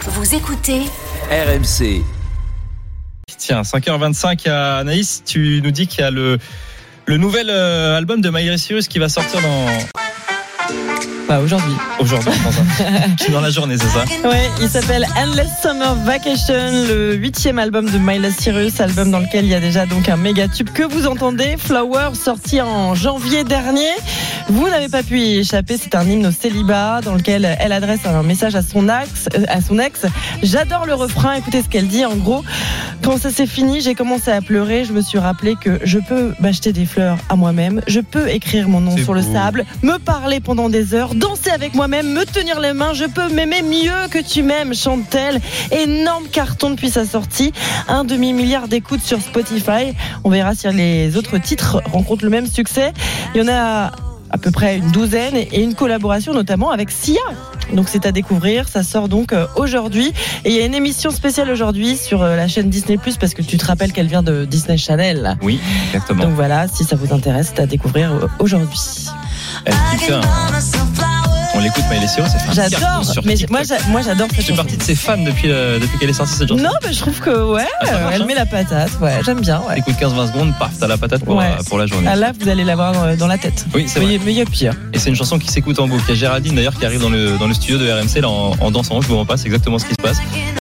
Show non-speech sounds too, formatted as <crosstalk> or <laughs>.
Vous écoutez RMC. Tiens, 5h25 à euh, Anaïs, tu nous dis qu'il y a le, le nouvel euh, album de Miley Cyrus qui va sortir dans Pas aujourd'hui. aujourd'hui, dans, <laughs> un- dans la journée, c'est ça Ouais, il s'appelle Endless Summer Vacation, le huitième album de Miley Cyrus, album dans lequel il y a déjà donc un méga tube que vous entendez, Flower, sorti en janvier dernier. Vous n'avez pas pu y échapper, c'est un hymne au célibat dans lequel elle adresse un message à son, axe, euh, à son ex. J'adore le refrain, écoutez ce qu'elle dit en gros. Quand ça s'est fini, j'ai commencé à pleurer, je me suis rappelé que je peux m'acheter des fleurs à moi-même, je peux écrire mon nom C'est sur le beau. sable, me parler pendant des heures, danser avec moi-même, me tenir les mains, je peux m'aimer mieux que tu m'aimes, chante-t-elle. Énorme carton depuis sa sortie, un demi-milliard d'écoutes sur Spotify. On verra si les autres titres rencontrent le même succès. Il y en a à peu près une douzaine et une collaboration notamment avec Sia. Donc c'est à découvrir, ça sort donc euh, aujourd'hui. Et il y a une émission spéciale aujourd'hui sur euh, la chaîne Disney ⁇ parce que tu te rappelles qu'elle vient de Disney Channel. Oui, exactement. Donc voilà, si ça vous intéresse, c'est à découvrir euh, aujourd'hui. Elle kiffe ça, hein. On l'écoute, Miley Cyrus, ça fait un J'adore, carton sur mais j- TikTok. moi j'a- moi, j'adore cette Je fais chanson. partie de ses fans depuis, euh, depuis qu'elle est sortie cette journée. Non, mais je trouve que ouais, Ah, ça marche, euh, hein. elle met la patate, ouais, j'aime bien. Ouais. Écoute 15-20 secondes, paf, t'as la patate pour, Ouais. euh, pour la journée. Ah, là, vous allez l'avoir dans- dans la tête. Oui, c'est Mais vrai. il y a- mais il y a pire. Et c'est une chanson qui s'écoute en boucle. Il y a Géraldine d'ailleurs qui arrive dans le, dans le studio de RMC là, en, en dansant. Je vous en passe exactement ce qui se passe.